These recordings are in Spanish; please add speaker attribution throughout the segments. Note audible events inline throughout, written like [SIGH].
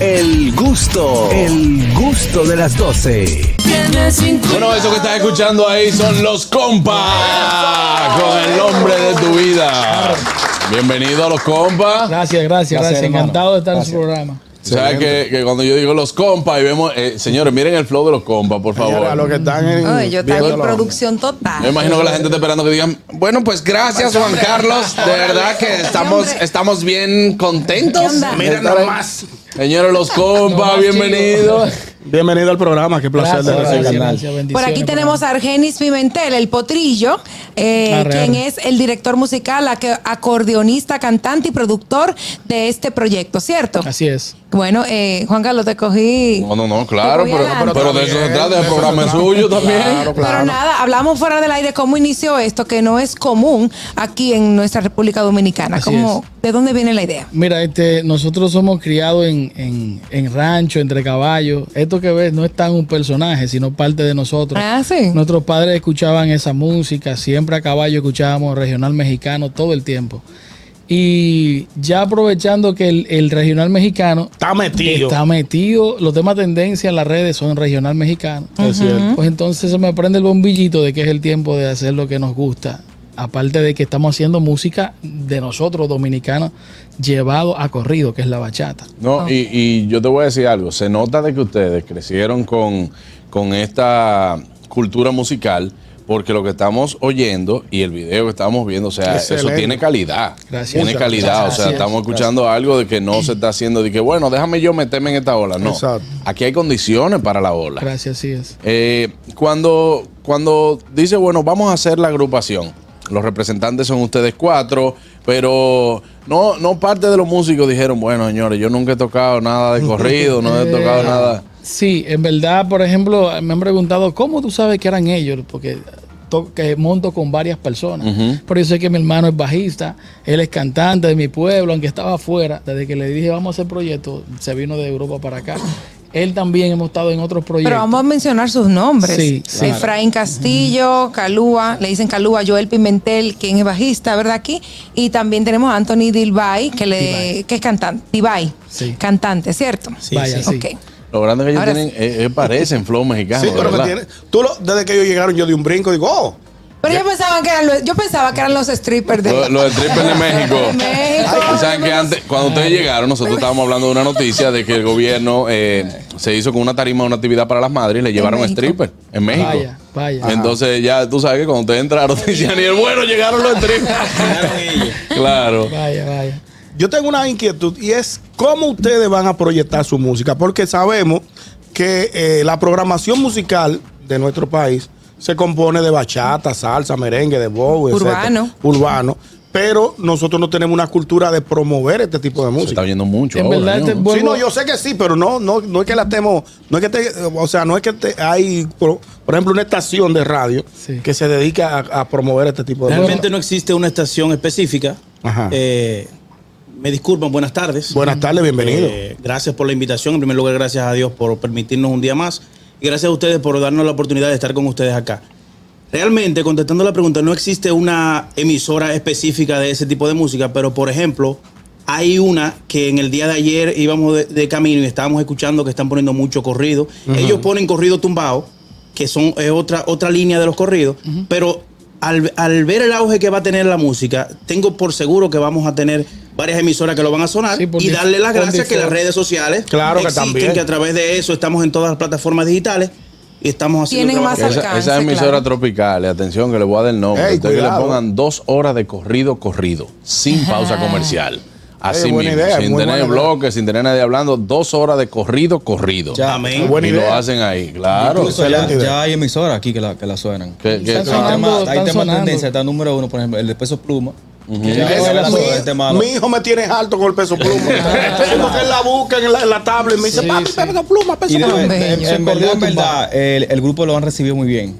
Speaker 1: El gusto, el gusto de las 12.
Speaker 2: Bueno, eso que estás escuchando ahí son los compas con el nombre de tu vida. Bienvenido a los compas.
Speaker 3: Gracias, gracias, gracias.
Speaker 4: hermano.
Speaker 3: Encantado de estar en
Speaker 4: Gracias.
Speaker 3: su programa.
Speaker 2: Sabes que, que cuando yo digo los compas y vemos, eh, señores, miren el flow de los compas, por favor.
Speaker 4: A los que están en.
Speaker 5: Ay, yo estaba en
Speaker 4: viéndolo.
Speaker 5: producción
Speaker 2: Me
Speaker 5: total.
Speaker 2: imagino que la gente está esperando que digan,
Speaker 6: Bueno, pues gracias Juan Carlos. De verdad que estamos,
Speaker 5: hombre.
Speaker 6: estamos bien
Speaker 5: ¿Qué
Speaker 6: contentos.
Speaker 5: onda?
Speaker 6: Mira nomás.
Speaker 2: señores, los compas,
Speaker 3: más,
Speaker 2: bienvenidos.
Speaker 4: Bienvenido al programa, qué placer
Speaker 3: Gracias,
Speaker 4: de
Speaker 3: gracias,
Speaker 4: recibirlo.
Speaker 3: gracias,
Speaker 5: Por
Speaker 3: bendiciones,
Speaker 5: aquí
Speaker 3: papá.
Speaker 5: tenemos a Argenis Pimentel, el potrillo, eh,
Speaker 3: Arre,
Speaker 5: quien
Speaker 3: arre.
Speaker 5: es el director musical, ac- acordeonista, cantante y productor de este proyecto, ¿cierto?
Speaker 3: Así es.
Speaker 5: Bueno, eh, Juan Carlos, te cogí.
Speaker 2: No, no, no, claro,
Speaker 5: Voy
Speaker 2: pero,
Speaker 5: adelante.
Speaker 2: pero de eso se trata, el
Speaker 4: Eso
Speaker 2: programa
Speaker 4: se
Speaker 2: es
Speaker 4: trata.
Speaker 2: suyo también.
Speaker 4: Claro,
Speaker 5: Pero
Speaker 4: claro.
Speaker 5: nada, hablamos fuera del aire cómo inició esto, que no es común aquí en nuestra República Dominicana.
Speaker 3: Así
Speaker 5: ¿Cómo- ¿De dónde viene la idea?
Speaker 3: Mira, este, nosotros somos criados en, en- en rancho, entre caballos. Esto que ves no es tan un personaje, sino parte de nosotros.
Speaker 5: Ah, sí.
Speaker 3: Nuestros padres escuchaban esa música, siempre a caballo escuchábamos regional mexicano todo el tiempo. Y ya aprovechando que el, el regional mexicano
Speaker 4: Está metido.
Speaker 3: está metido, los temas tendencia en las redes son regional mexicano.
Speaker 5: Ah,
Speaker 4: Es cierto.
Speaker 3: Pues entonces se me prende el bombillito de que es el tiempo de hacer lo que nos gusta. Aparte de que estamos haciendo música de nosotros dominicanos llevado a corrido, que es la bachata.
Speaker 2: No, y, y yo te voy a decir algo. Se nota de que ustedes crecieron con, con esta cultura musical, porque lo que estamos oyendo y el video que estamos viendo, o sea, eso
Speaker 4: Excelente.
Speaker 2: tiene calidad.
Speaker 3: Gracias.
Speaker 2: Tiene
Speaker 3: Muchas
Speaker 2: calidad.
Speaker 3: gracias.
Speaker 2: O sea, estamos escuchando algo de que no se está haciendo, de que bueno, déjame yo meterme en esta ola. No.
Speaker 4: Exacto.
Speaker 2: Aquí hay condiciones para la ola.
Speaker 3: Gracias, así es.
Speaker 2: Eh, cuando, cuando dice, bueno, vamos a hacer la agrupación, los representantes son ustedes cuatro, pero no, no parte de los músicos dijeron, bueno, señores, yo nunca he tocado nada de corrido, no he tocado
Speaker 3: [LAUGHS] Eh,
Speaker 2: nada.
Speaker 3: Sí, en verdad, por ejemplo, me han preguntado, ¿cómo tú sabes que eran ellos? Porque to- que monto con varias personas. Pero yo sé que mi hermano es bajista, él es cantante de mi pueblo, aunque estaba afuera, desde que le dije vamos a hacer proyectos, se vino de Europa para acá. Él también hemos estado en otros proyectos.
Speaker 5: Pero vamos a mencionar sus nombres. Eh,
Speaker 3: Sí, sí.
Speaker 5: Efraín Castillo, Calúa, le dicen Calúa, Joel Pimentel, quien es bajista, ¿verdad? Aquí. Y también tenemos a Anthony Dilbay, que, le,
Speaker 3: Dilbay.
Speaker 5: que es cantante. Dilbay,
Speaker 3: Sí.
Speaker 5: cantante, ¿cierto?
Speaker 3: Vaya, sí.
Speaker 5: Ok.
Speaker 2: Lo grande que ellos
Speaker 5: Ahora
Speaker 2: tienen, eh, eh, parecen flow mexicano.
Speaker 4: Sí, pero que
Speaker 2: ¿verdad?
Speaker 4: tiene. Tú lo- desde que ellos llegaron, yo di un brinco digo, oh,
Speaker 5: Pero yo pensaba que eran los, yo pensaba que eran los strippers de
Speaker 2: Lo-
Speaker 5: [LAUGHS]
Speaker 2: Los strippers de México.
Speaker 5: De México.
Speaker 2: Ustedes saben que antes, cuando ustedes llegaron, nosotros estábamos hablando de una noticia de que el gobierno eh, se hizo con una tarima, una actividad para las madres y le llevaron
Speaker 5: México.
Speaker 2: strippers en México.
Speaker 3: Vaya, vaya.
Speaker 2: Entonces ya tú sabes que cuando ustedes entraron, [LAUGHS] decían, y el bueno, llegaron los
Speaker 5: [LAUGHS]
Speaker 2: strippers. claro.
Speaker 3: Vaya, vaya.
Speaker 4: Yo tengo una inquietud y es cómo ustedes van a proyectar su música, porque sabemos que eh, la programación musical de nuestro país se compone de bachata, salsa, merengue, de bow,
Speaker 5: Urbano.
Speaker 4: urbano, pero nosotros no tenemos una cultura de promover este tipo
Speaker 2: Se
Speaker 4: de
Speaker 2: está
Speaker 4: música.
Speaker 2: oyendo mucho.
Speaker 3: En
Speaker 2: ahora,
Speaker 3: verdad,
Speaker 2: ¿no?
Speaker 3: este vuelvo-
Speaker 4: Sí, no, yo sé que sí, pero no, no, no es que la temo, no es que te, o sea, no es que te- hay, por, por ejemplo, una estación de radio
Speaker 3: Sí.
Speaker 4: que se dedica a, a promover este tipo de
Speaker 7: Realmente
Speaker 4: música.
Speaker 7: no existe una estación específica.
Speaker 4: Ajá.
Speaker 7: Eh, me disculpan, buenas tardes.
Speaker 4: Buenas tardes, bienvenido.
Speaker 7: Eh, gracias por la invitación. En primer lugar, gracias a Dios por permitirnos un día más. Y gracias a ustedes por darnos la oportunidad de estar con ustedes acá. Realmente, contestando la pregunta, no existe una emisora específica de ese tipo de música, pero por ejemplo, hay una que en el día de ayer íbamos de, de camino y estábamos escuchando que están poniendo mucho corrido. Ellos ponen corrido tumbado, que son, es otra, otra línea de los corridos, pero al, al ver el auge que va a tener la música, tengo por seguro que vamos a tener varias emisoras que lo van a sonar
Speaker 3: Sí, por
Speaker 7: y
Speaker 3: dif-
Speaker 7: darle las
Speaker 3: por
Speaker 7: gracias que las
Speaker 3: default.
Speaker 7: redes sociales
Speaker 4: Claro que
Speaker 7: existen,
Speaker 4: también.
Speaker 7: que a través de eso estamos en todas las plataformas digitales y estamos haciendo
Speaker 5: Tienen
Speaker 7: un
Speaker 5: más
Speaker 7: trabajo.
Speaker 5: alcance.
Speaker 2: Esa, esa emisora
Speaker 5: claro.
Speaker 2: tropical, atención que le voy a dar el nombre.
Speaker 4: Ey,
Speaker 2: Ustedes que le
Speaker 4: cuidado.
Speaker 2: pongan dos horas de corrido, corrido, sin pausa comercial. Así
Speaker 4: buena
Speaker 2: mismo,
Speaker 4: idea,
Speaker 2: sin
Speaker 4: muy
Speaker 2: tener
Speaker 4: buena
Speaker 2: bloques, sin tener nadie hablando, dos horas de corrido, corrido.
Speaker 7: Ya, amén.
Speaker 4: Buena
Speaker 2: y lo
Speaker 4: idea.
Speaker 2: hacen ahí, claro.
Speaker 8: Incluso ya,
Speaker 4: Excelente idea.
Speaker 8: ya hay emisoras aquí que la, que la suenan.
Speaker 2: Que- que-
Speaker 8: Hay
Speaker 3: Están sonando,
Speaker 8: temas- hay
Speaker 3: están
Speaker 8: temas
Speaker 3: sonando.
Speaker 8: tendencia, está número uno, por ejemplo, el de peso pluma. que ya
Speaker 4: Ese
Speaker 8: habla
Speaker 4: es
Speaker 8: sobre
Speaker 4: mi-
Speaker 8: el tema de
Speaker 4: mi,
Speaker 8: los-
Speaker 4: hijo me tiene harto con el
Speaker 2: [LAUGHS]
Speaker 4: peso pluma.
Speaker 2: Ah.
Speaker 4: [LAUGHS] Porque él la busca en la, en la tablet y me dice,
Speaker 3: Sí,
Speaker 4: papi,
Speaker 3: sí.
Speaker 4: peso pluma, peso
Speaker 8: y de-
Speaker 4: pluma.
Speaker 8: de-
Speaker 5: Hombre,
Speaker 8: en
Speaker 3: se
Speaker 8: verdad,
Speaker 3: perdió
Speaker 8: en verdad, el, el grupo lo han recibido muy bien.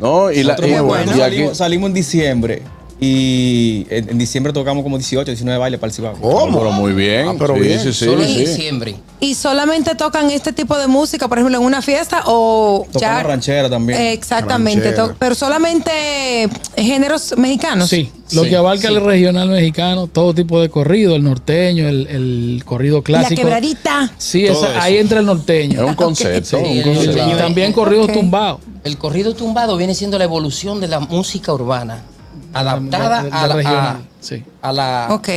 Speaker 2: No, y la.
Speaker 8: Nosotros
Speaker 2: y-
Speaker 8: muy bueno.
Speaker 2: y aquí-
Speaker 8: salimos, salimos en diciembre Y en, en diciembre tocamos como 18, 19 bailes para el Cibao.
Speaker 4: ¿Cómo?
Speaker 2: Pero muy bien.
Speaker 4: Ah, pero
Speaker 2: sí,
Speaker 4: bien.
Speaker 2: sí, sí,
Speaker 6: Solo en
Speaker 2: sí.
Speaker 6: diciembre.
Speaker 5: ¿Y solamente tocan este tipo de música, por ejemplo, en una fiesta o
Speaker 8: Tocamos ranchera también.
Speaker 5: Exactamente,
Speaker 4: Ranchera.
Speaker 5: to- pero solamente géneros mexicanos.
Speaker 3: Sí, lo
Speaker 2: Sí,
Speaker 3: que abarca el regional mexicano, todo tipo de corrido, el norteño, el, el corrido clásico.
Speaker 5: La quebradita.
Speaker 3: Sí,
Speaker 4: Todo
Speaker 3: esa-
Speaker 4: eso.
Speaker 3: ahí entra el norteño.
Speaker 2: Es
Speaker 3: [LAUGHS]
Speaker 2: un concepto.
Speaker 6: Sí,
Speaker 2: un
Speaker 6: el
Speaker 2: concepto.
Speaker 3: Y
Speaker 6: norteño.
Speaker 3: también corridos
Speaker 5: Ok.
Speaker 3: tumbados.
Speaker 6: El corrido tumbado viene siendo la evolución de la música urbana, adaptada
Speaker 3: de- de
Speaker 6: a, la, a,
Speaker 3: regional, sí.
Speaker 6: a la
Speaker 5: Ok,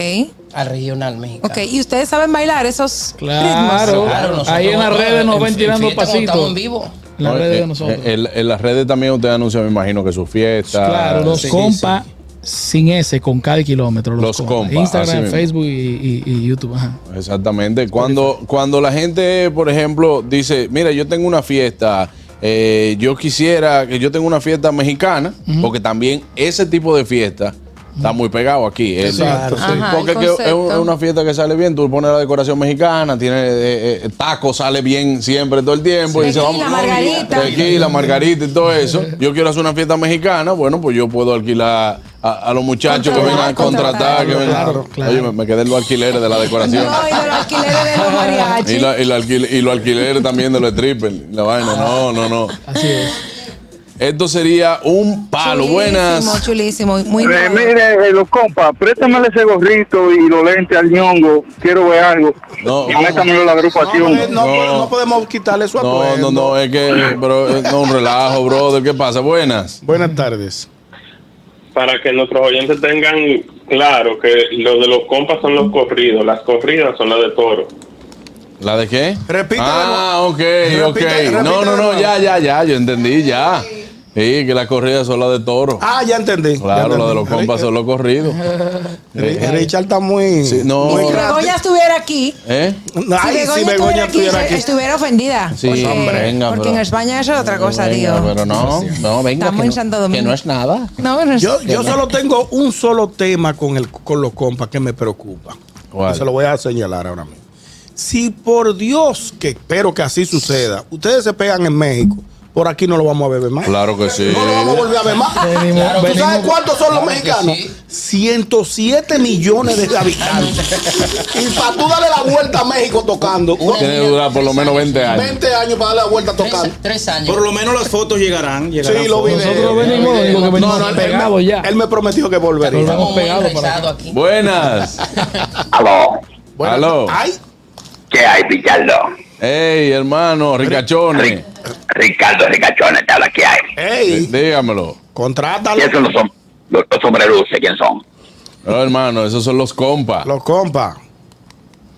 Speaker 6: al regional mexicano.
Speaker 5: ok. ¿Y ustedes saben bailar esos
Speaker 3: Claro.
Speaker 5: ritmos?
Speaker 6: nosotros
Speaker 3: Ahí en las
Speaker 6: cuando-
Speaker 3: redes nos ven
Speaker 6: en
Speaker 3: tirando
Speaker 6: fiesta, cuando
Speaker 3: pasitos.
Speaker 6: estamos en vivo.
Speaker 3: En las
Speaker 2: No,
Speaker 3: redes
Speaker 2: eh,
Speaker 3: de nosotros.
Speaker 2: eh, el- en las redes también usted anuncia, me imagino, que su fiesta.
Speaker 3: claro, los
Speaker 8: sí,
Speaker 3: compas sin S, con cada kilómetro. Los,
Speaker 2: Los compas, así
Speaker 3: Instagram,
Speaker 2: mismo.
Speaker 3: Facebook y, y- y YouTube. Ajá.
Speaker 2: Exactamente. Cuando, cuando la gente, por ejemplo, dice, mira, yo tengo una fiesta, eh, yo quisiera que yo tenga una fiesta mexicana, porque también ese tipo de fiesta está muy pegado aquí. El-
Speaker 4: Exacto, sí.
Speaker 5: Ajá,
Speaker 2: porque
Speaker 5: el
Speaker 2: que es,
Speaker 5: concepto.
Speaker 2: es una fiesta que sale bien, tú pones la decoración mexicana, tiene eh, eh, taco, sale bien siempre, todo el tiempo.
Speaker 5: Tequila, margarita.
Speaker 2: Tequila, margarita y todo
Speaker 4: [LAUGHS]
Speaker 2: eso. Yo quiero hacer una fiesta mexicana, bueno, pues yo puedo alquilar a, a los muchachos que vengan a
Speaker 5: Contratar,
Speaker 2: contratar. que vengan-
Speaker 3: claro, claro.
Speaker 2: Oye, me, me quedé en los alquileres de la decoración.
Speaker 5: [LAUGHS] No, y de los alquileres de los mariachis.
Speaker 2: Y, la- y la alquil- y los alquileres también de los strippers. La vaina, no, no, no.
Speaker 3: Así es.
Speaker 2: Esto sería un palo.
Speaker 5: Chulísimo,
Speaker 2: ah, Buenas.
Speaker 5: Chulísimo, muy
Speaker 9: Eh,
Speaker 5: bien.
Speaker 9: mire, eh, los compas, préstamele ese gorrito y los lentes al ñongo. Quiero ver algo.
Speaker 2: No.
Speaker 9: y métamelo a la
Speaker 4: No,
Speaker 9: agrupación.
Speaker 4: no, no,
Speaker 2: No.
Speaker 4: podemos quitarle su
Speaker 2: No, no, no, es que, eh, bro, eh, no, un relajo, brother. ¿Qué pasa? Buenas.
Speaker 4: Buenas tardes.
Speaker 10: para que nuestros oyentes tengan claro que lo de los compas son los corridos, las corridas son las de toro.
Speaker 2: ¿La de qué?
Speaker 4: Repítelo.
Speaker 2: Ah, ok, ok.
Speaker 4: Repítelo,
Speaker 2: no, no, no,
Speaker 4: repítelo.
Speaker 2: ya, ya, ya, yo entendí, ya. Sí, que las corridas son las de toro.
Speaker 4: Ah, ya entendí. ya
Speaker 2: Claro,
Speaker 4: entendí.
Speaker 2: lo de los compas son los corridos.
Speaker 4: Ri- Ri- Richard está muy.
Speaker 2: Sí, no.
Speaker 4: muy
Speaker 5: Y si
Speaker 4: creativo.
Speaker 5: Begoña estuviera aquí,
Speaker 2: ¿Eh?
Speaker 4: Ay,
Speaker 5: si Begoña, estuviera, aquí, estuviera ofendida.
Speaker 2: Sí,
Speaker 5: porque
Speaker 2: hombre, venga,
Speaker 5: porque
Speaker 2: pero-
Speaker 5: en España eso es otra cosa,
Speaker 2: Venga,
Speaker 5: tío.
Speaker 2: Pero no, no, venga.
Speaker 5: Estamos
Speaker 2: que
Speaker 5: en
Speaker 2: no-
Speaker 5: Santo Domingo.
Speaker 2: Que no es nada.
Speaker 5: No, no es-
Speaker 4: Yo, yo solo tengo un solo tema con, el, con los compas que me preocupa.
Speaker 2: ¿Cuál?
Speaker 4: Se lo voy a señalar ahora mismo. Si por Dios, que espero que así suceda, ustedes se pegan en México, por aquí no lo vamos a beber más.
Speaker 2: Claro que sí.
Speaker 4: No lo vamos a volver a ver más. ¿Tú sabes
Speaker 3: venimos-
Speaker 4: cuántos son los
Speaker 6: claro que
Speaker 4: mexicanos?
Speaker 6: sí.
Speaker 4: 107 millones de habitantes.
Speaker 6: [LAUGHS]
Speaker 4: y para tú darle la vuelta a México tocando,
Speaker 2: Tiene que durar por lo menos 20 años.
Speaker 4: 20 años para darle la vuelta tocando.
Speaker 6: Tres, tres años.
Speaker 7: Por lo menos las fotos llegarán. llegarán
Speaker 4: Sí, lo
Speaker 7: fotos.
Speaker 4: vi.
Speaker 3: Nosotros venimos,
Speaker 6: eh,
Speaker 3: digo que
Speaker 6: no,
Speaker 3: venimos
Speaker 6: no, él me-
Speaker 3: pegados ya.
Speaker 4: Él me prometió que volvería.
Speaker 3: Volvamos.
Speaker 6: Estamos muy
Speaker 3: pegados para
Speaker 6: enraizados aquí.
Speaker 2: Buenas.
Speaker 9: Aló,
Speaker 4: Bueno,
Speaker 2: Aló.
Speaker 4: Ay,
Speaker 9: ¿qué hay, Ricardo?
Speaker 2: Hey, hermano, ricachones.
Speaker 9: Ricardo Ricachones, te habla, ¿qué hay?
Speaker 4: ey,
Speaker 2: Dígamelo.
Speaker 4: contrátalo.
Speaker 9: son los, los, sombreruces? ¿Quién son?
Speaker 2: No, hermano, esos son los compas.
Speaker 4: Los compas.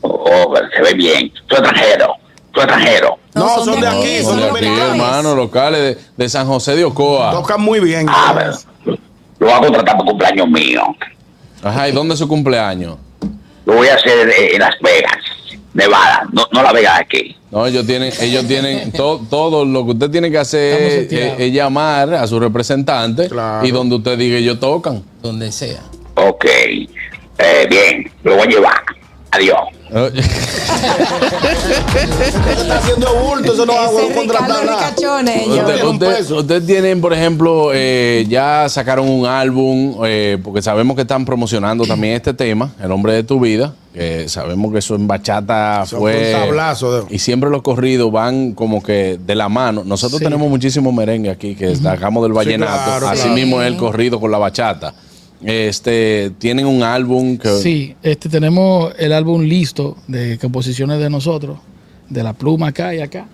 Speaker 9: Oh, se ve bien. Soy extranjero, soy extranjero.
Speaker 4: No, son de aquí,
Speaker 2: Los
Speaker 4: son
Speaker 2: de
Speaker 4: los
Speaker 2: aquí,
Speaker 4: locales.
Speaker 2: hermano, locales de, de San José de Ocoa.
Speaker 4: Tocan muy bien.
Speaker 9: Lo hago tratar por cumpleaños mío.
Speaker 2: Ajá, ¿y dónde es su cumpleaños?
Speaker 9: Lo voy a hacer eh, en Las Vegas, Nevada, no, no Las Vegas aquí.
Speaker 2: No, ellos tienen, ellos tienen to- todo lo que usted tiene que hacer
Speaker 3: Estamos
Speaker 2: es,
Speaker 3: seteados.
Speaker 2: es llamar a su representante
Speaker 4: Claro.
Speaker 2: y donde usted diga ellos tocan.
Speaker 6: Donde sea.
Speaker 9: Ok, eh, bien, lo voy a llevar. Adiós.
Speaker 4: Está haciendo bulto, eso no va a
Speaker 5: Ese
Speaker 4: contratar
Speaker 5: Ricardo
Speaker 4: nada.
Speaker 5: Ricachones, yo.
Speaker 2: Usted-
Speaker 4: un
Speaker 2: usted-
Speaker 4: peso.
Speaker 2: Ustedes tienen, por ejemplo, eh, ya sacaron un álbum, eh, porque sabemos que están promocionando también este tema, El hombre de tu vida, que sabemos que eso en bachata
Speaker 4: Eso
Speaker 2: fue...
Speaker 4: fue un tablazo, de-
Speaker 2: Y siempre los corridos van como que de la mano. Nosotros
Speaker 3: Sí.
Speaker 2: tenemos muchísimo merengue aquí, que sacamos del vallenato,
Speaker 4: claro,
Speaker 2: así
Speaker 5: claro.
Speaker 2: mismo es
Speaker 5: Sí.
Speaker 2: el corrido con la bachata. Este, tienen un álbum que...
Speaker 3: Sí, este, tenemos el álbum listo de composiciones de nosotros, de la pluma acá y acá.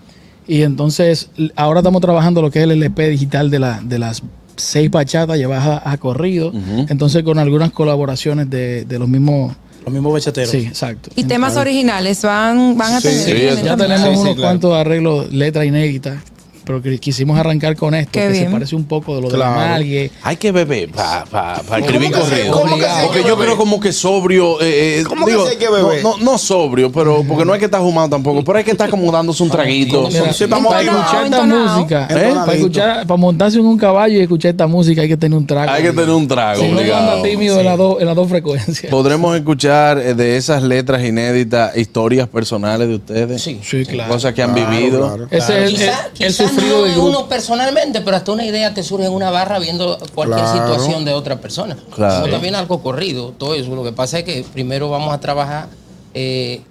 Speaker 3: Y entonces l- ahora estamos trabajando lo que es el LP digital de, la, de las seis bachatas llevadas a, a corrido. Entonces con algunas colaboraciones de, de los mismos...
Speaker 7: Los mismos bachateros.
Speaker 3: Sí, exacto.
Speaker 5: Y temas originales van, van a
Speaker 4: Sí,
Speaker 5: tener.
Speaker 2: sí,
Speaker 5: tienen
Speaker 2: eso.
Speaker 3: Ya
Speaker 5: también.
Speaker 3: tenemos
Speaker 8: Sí, sí,
Speaker 3: unos
Speaker 8: claro.
Speaker 3: cuantos arreglos, letra inédita, pero que quisimos arrancar con esto,
Speaker 5: Qué
Speaker 3: que se
Speaker 5: bien.
Speaker 3: parece un poco de lo
Speaker 4: Claro.
Speaker 3: de Malgue.
Speaker 2: Hay que beber para escribir
Speaker 4: que sí?
Speaker 2: corrido.
Speaker 4: ¿Cómo que sí hay
Speaker 2: porque
Speaker 4: que
Speaker 2: yo
Speaker 4: beber?
Speaker 2: creo como que sobrio. eh, eh,
Speaker 4: ¿Cómo que
Speaker 2: digo,
Speaker 4: sí hay que beber?
Speaker 2: No, no, no sobrio, pero porque no hay que estar fumando tampoco. Pero hay que estar como dándose un traguito.
Speaker 3: Mira,
Speaker 4: Sí, estamos
Speaker 3: para
Speaker 4: activados.
Speaker 3: escuchar esta
Speaker 5: Entonado.
Speaker 3: música,
Speaker 4: Entonadito.
Speaker 3: para, escuchar, para montarse en un caballo y escuchar esta música hay que tener un trago.
Speaker 2: Hay que tener un trago,
Speaker 3: Si no, tú
Speaker 2: obligado.
Speaker 3: andas tímido en, las dos, en las dos frecuencias.
Speaker 2: Podremos escuchar eh, de esas letras inéditas historias personales de ustedes.
Speaker 6: Sí.
Speaker 3: Sí, claro.
Speaker 2: Cosas que han
Speaker 4: Claro,
Speaker 2: vivido.
Speaker 4: claro.
Speaker 3: Ese es el,
Speaker 6: Quizá-
Speaker 3: el- el
Speaker 6: quizá no
Speaker 3: sufrido del
Speaker 6: no
Speaker 3: grupo.
Speaker 6: uno personalmente, pero hasta una idea te surge en una barra viendo cualquier
Speaker 3: Claro.
Speaker 6: situación de otra persona.
Speaker 2: Claro.
Speaker 6: Eso también es algo corrido, todo eso. Lo que pasa es que primero vamos a trabajar eh,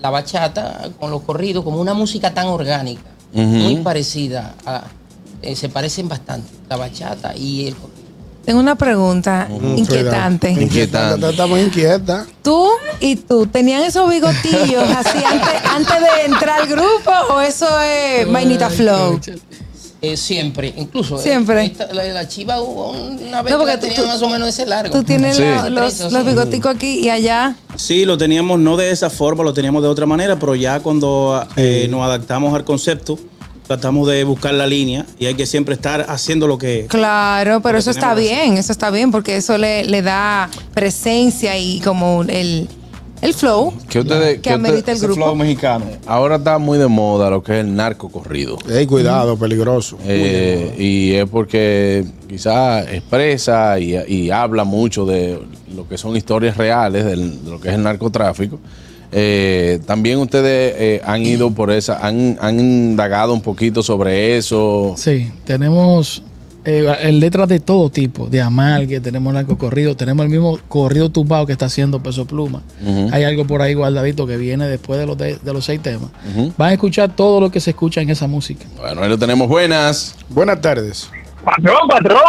Speaker 6: la bachata con los corridos como una música tan orgánica,
Speaker 2: Ujú.
Speaker 6: muy parecida. a- eh, se parecen bastante la bachata y el corrido.
Speaker 5: Tengo una pregunta inquietante.
Speaker 2: Inquietante.
Speaker 4: Estamos inquieta.
Speaker 5: ¿Tú y tú tenían esos bigotillos así antes, antes de entrar al grupo o eso es vainita flow?
Speaker 6: Eh, siempre, incluso. eh,
Speaker 5: Siempre.
Speaker 6: esta- la, la chiva hubo una vez
Speaker 5: No,
Speaker 6: que
Speaker 5: porque
Speaker 6: la
Speaker 5: tú-
Speaker 6: tenía
Speaker 5: tú-
Speaker 6: más o menos ese largo.
Speaker 5: Tú tienes
Speaker 2: Sí.
Speaker 5: la- los, los bigoticos aquí y allá.
Speaker 7: Sí, lo teníamos no de esa forma, lo teníamos de otra manera, pero ya cuando eh, nos adaptamos al concepto, tratamos de buscar la línea y hay que siempre estar haciendo lo que...
Speaker 5: Claro, pero eso está
Speaker 7: tenemos así.
Speaker 5: bien, eso está bien porque eso le, le da presencia y como el, el flow
Speaker 2: Que ustedes,
Speaker 5: que
Speaker 2: que ustedes-
Speaker 5: amerita el grupo.
Speaker 8: mexicano.
Speaker 2: ahora está muy de moda lo que es el narco corrido.
Speaker 4: Ey, cuidado, peligroso.
Speaker 2: Eh, y es porque quizás expresa y, y habla mucho de lo que son historias reales del- de lo que es el narcotráfico. Eh, también ustedes eh, han ido por esa, han, han indagado un poquito sobre eso.
Speaker 3: Sí, tenemos eh, eh, letras de todo tipo, de amalgue, tenemos el arco corrido, tenemos el mismo corrido tumbado que está haciendo Peso Pluma.
Speaker 2: Ujú.
Speaker 3: Hay algo por ahí guardadito que viene después de los, de, de los seis temas.
Speaker 2: Ujú.
Speaker 3: Van a escuchar todo lo que se escucha en esa música.
Speaker 2: Bueno, ahí lo tenemos buenas.
Speaker 4: Buenas tardes.
Speaker 9: Patrón, patrón.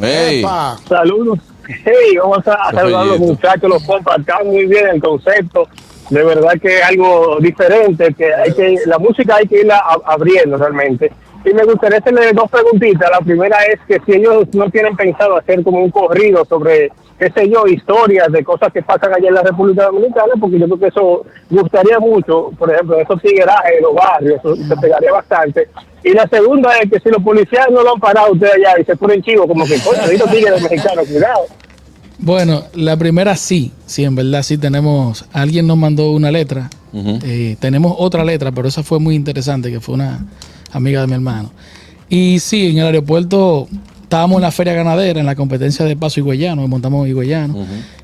Speaker 2: Ey,
Speaker 4: Epa.
Speaker 9: Saludos. Hey, vamos a
Speaker 2: Qué
Speaker 9: saludar a los
Speaker 2: belleza.
Speaker 9: muchachos, los compas. Está muy bien el concepto. De verdad que es algo diferente. que hay que La música hay que irla a- abriendo realmente. Y me gustaría hacerle dos preguntitas. La primera es que si ellos no tienen pensado hacer como un corrido sobre, qué sé yo, historias de cosas que pasan allá en la República Dominicana, porque yo creo que eso gustaría mucho, por ejemplo, en esos tiguerajes, en los barrios, eso se pegaría bastante. Y la segunda es que si los policías no lo han parado ustedes allá y se ponen chivos, como que, coño, estos tigres mexicanos, cuidado.
Speaker 3: Bueno, la primera sí, sí, en verdad sí tenemos. Alguien nos mandó una letra.
Speaker 2: Ujú.
Speaker 3: Eh, tenemos otra letra, pero esa fue muy interesante, que fue una amiga de mi hermano. Y sí, en el aeropuerto estábamos en la feria ganadera, en la competencia de Paso Higüeyano, que montamos Higüeyano.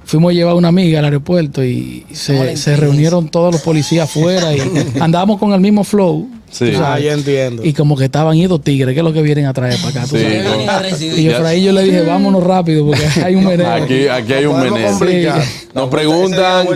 Speaker 3: Fuimos a llevar a una amiga al aeropuerto y se, se reunieron todos los policías afuera y
Speaker 2: [LAUGHS]
Speaker 3: andábamos con el mismo flow.
Speaker 2: Sí.
Speaker 3: tú
Speaker 4: Ah,
Speaker 3: sabes.
Speaker 4: ya entiendo.
Speaker 3: Y como que estaban idos tigres, que es lo que vienen a traer para acá. tú
Speaker 2: Sí,
Speaker 3: sabes.
Speaker 2: no.
Speaker 3: Y yo por ahí yo le dije, vámonos rápido, porque hay un meneo.
Speaker 2: aquí, aquí hay un
Speaker 4: Podemos
Speaker 2: meneo.
Speaker 4: complicar.
Speaker 2: Nos preguntan,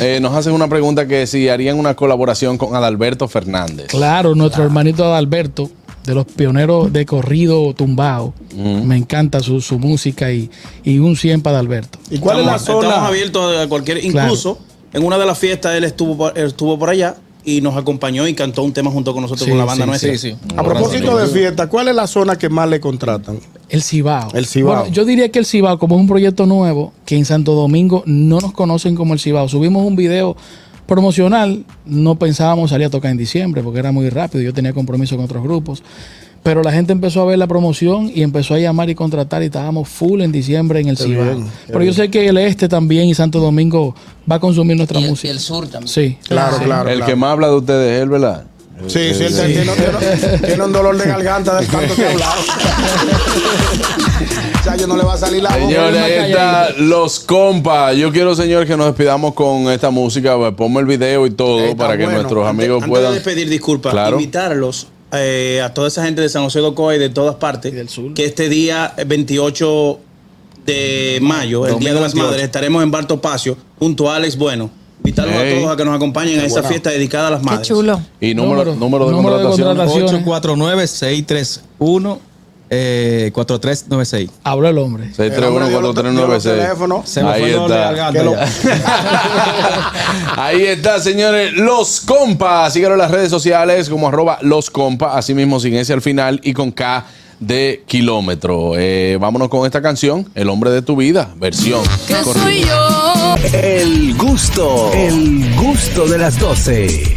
Speaker 2: eh, nos hacen una pregunta que si harían una colaboración con Adalberto Fernández.
Speaker 3: Claro, nuestro hermanito Adalberto, de los pioneros de corrido tumbado. Me encanta su, su música y, y un 100 para Adalberto.
Speaker 4: ¿Y cuál es la
Speaker 7: estamos, estamos
Speaker 4: zona?
Speaker 7: abiertos a cualquier...
Speaker 3: Claro.
Speaker 7: Incluso en una de las fiestas él estuvo por, él estuvo por allá y nos acompañó y cantó un tema junto con nosotros,
Speaker 3: Sí,
Speaker 7: con la banda
Speaker 3: sí,
Speaker 7: nuestra.
Speaker 8: Sí, sí.
Speaker 4: A propósito de fiesta, ¿cuál es la zona que más le contratan?
Speaker 3: El Cibao.
Speaker 4: El Cibao.
Speaker 3: Bueno, yo diría que el Cibao, como es un proyecto nuevo, que en Santo Domingo no nos conocen como el Cibao. Subimos un video promocional, no pensábamos salir a tocar en diciembre porque era muy rápido, yo tenía compromiso con otros grupos. Pero la gente empezó a ver la promoción y empezó a llamar y contratar y estábamos full en diciembre en el Cibao.
Speaker 4: bien, qué
Speaker 3: Pero yo sé que el este también y Santo Domingo va a consumir nuestra
Speaker 6: Y el,
Speaker 3: música.
Speaker 6: y el sur también.
Speaker 3: Sí.
Speaker 4: Claro, claro.
Speaker 2: el
Speaker 4: claro.
Speaker 2: que más habla de ustedes es él, ¿verdad?
Speaker 4: Sí, sí, él Tiene, tiene- tiene un dolor de garganta del tanto que ha hablado. [LAUGHS] o sea, yo no le va a salir la voz.
Speaker 2: Señores, ahí está los compas. Yo quiero, señor, que nos despidamos con esta música. Pues, Ponme el video y todo
Speaker 4: Está
Speaker 2: para que
Speaker 4: bueno.
Speaker 2: nuestros
Speaker 4: Antes-
Speaker 2: amigos
Speaker 7: Antes
Speaker 2: puedan.
Speaker 7: de pedir disculpas,
Speaker 2: Claro.
Speaker 7: invitarlos eh, a toda esa gente de San José de Ocoa y de todas partes,
Speaker 3: Y del sur.
Speaker 7: que este día eh, 28 de mayo, el Día de las
Speaker 8: 2028.
Speaker 7: Madres, estaremos en Barto Pacio junto a Alex Bueno. Invitarlos
Speaker 2: Ey.
Speaker 7: a todos a que nos acompañen a esa fiesta dedicada a las
Speaker 5: Qué
Speaker 7: madres.
Speaker 5: chulo.
Speaker 2: Y número, número,
Speaker 3: Número-
Speaker 2: de
Speaker 3: número de
Speaker 2: contratación.
Speaker 3: contratación.
Speaker 8: eh, 849-631-4396.
Speaker 3: Habló el hombre.
Speaker 2: 631-4396.
Speaker 8: Se me
Speaker 2: Ahí
Speaker 8: fue el dolor de
Speaker 2: está.
Speaker 8: garganta
Speaker 4: Que lo-
Speaker 8: ya.
Speaker 2: [LAUGHS] Ahí está, señores, los compas. Síganos en las redes sociales como arroba los compas, así mismo sin ese al final y con K de kilómetro. Eh, vámonos con esta canción, El hombre de tu vida, versión. corrida.
Speaker 1: El gusto, el gusto de las 12.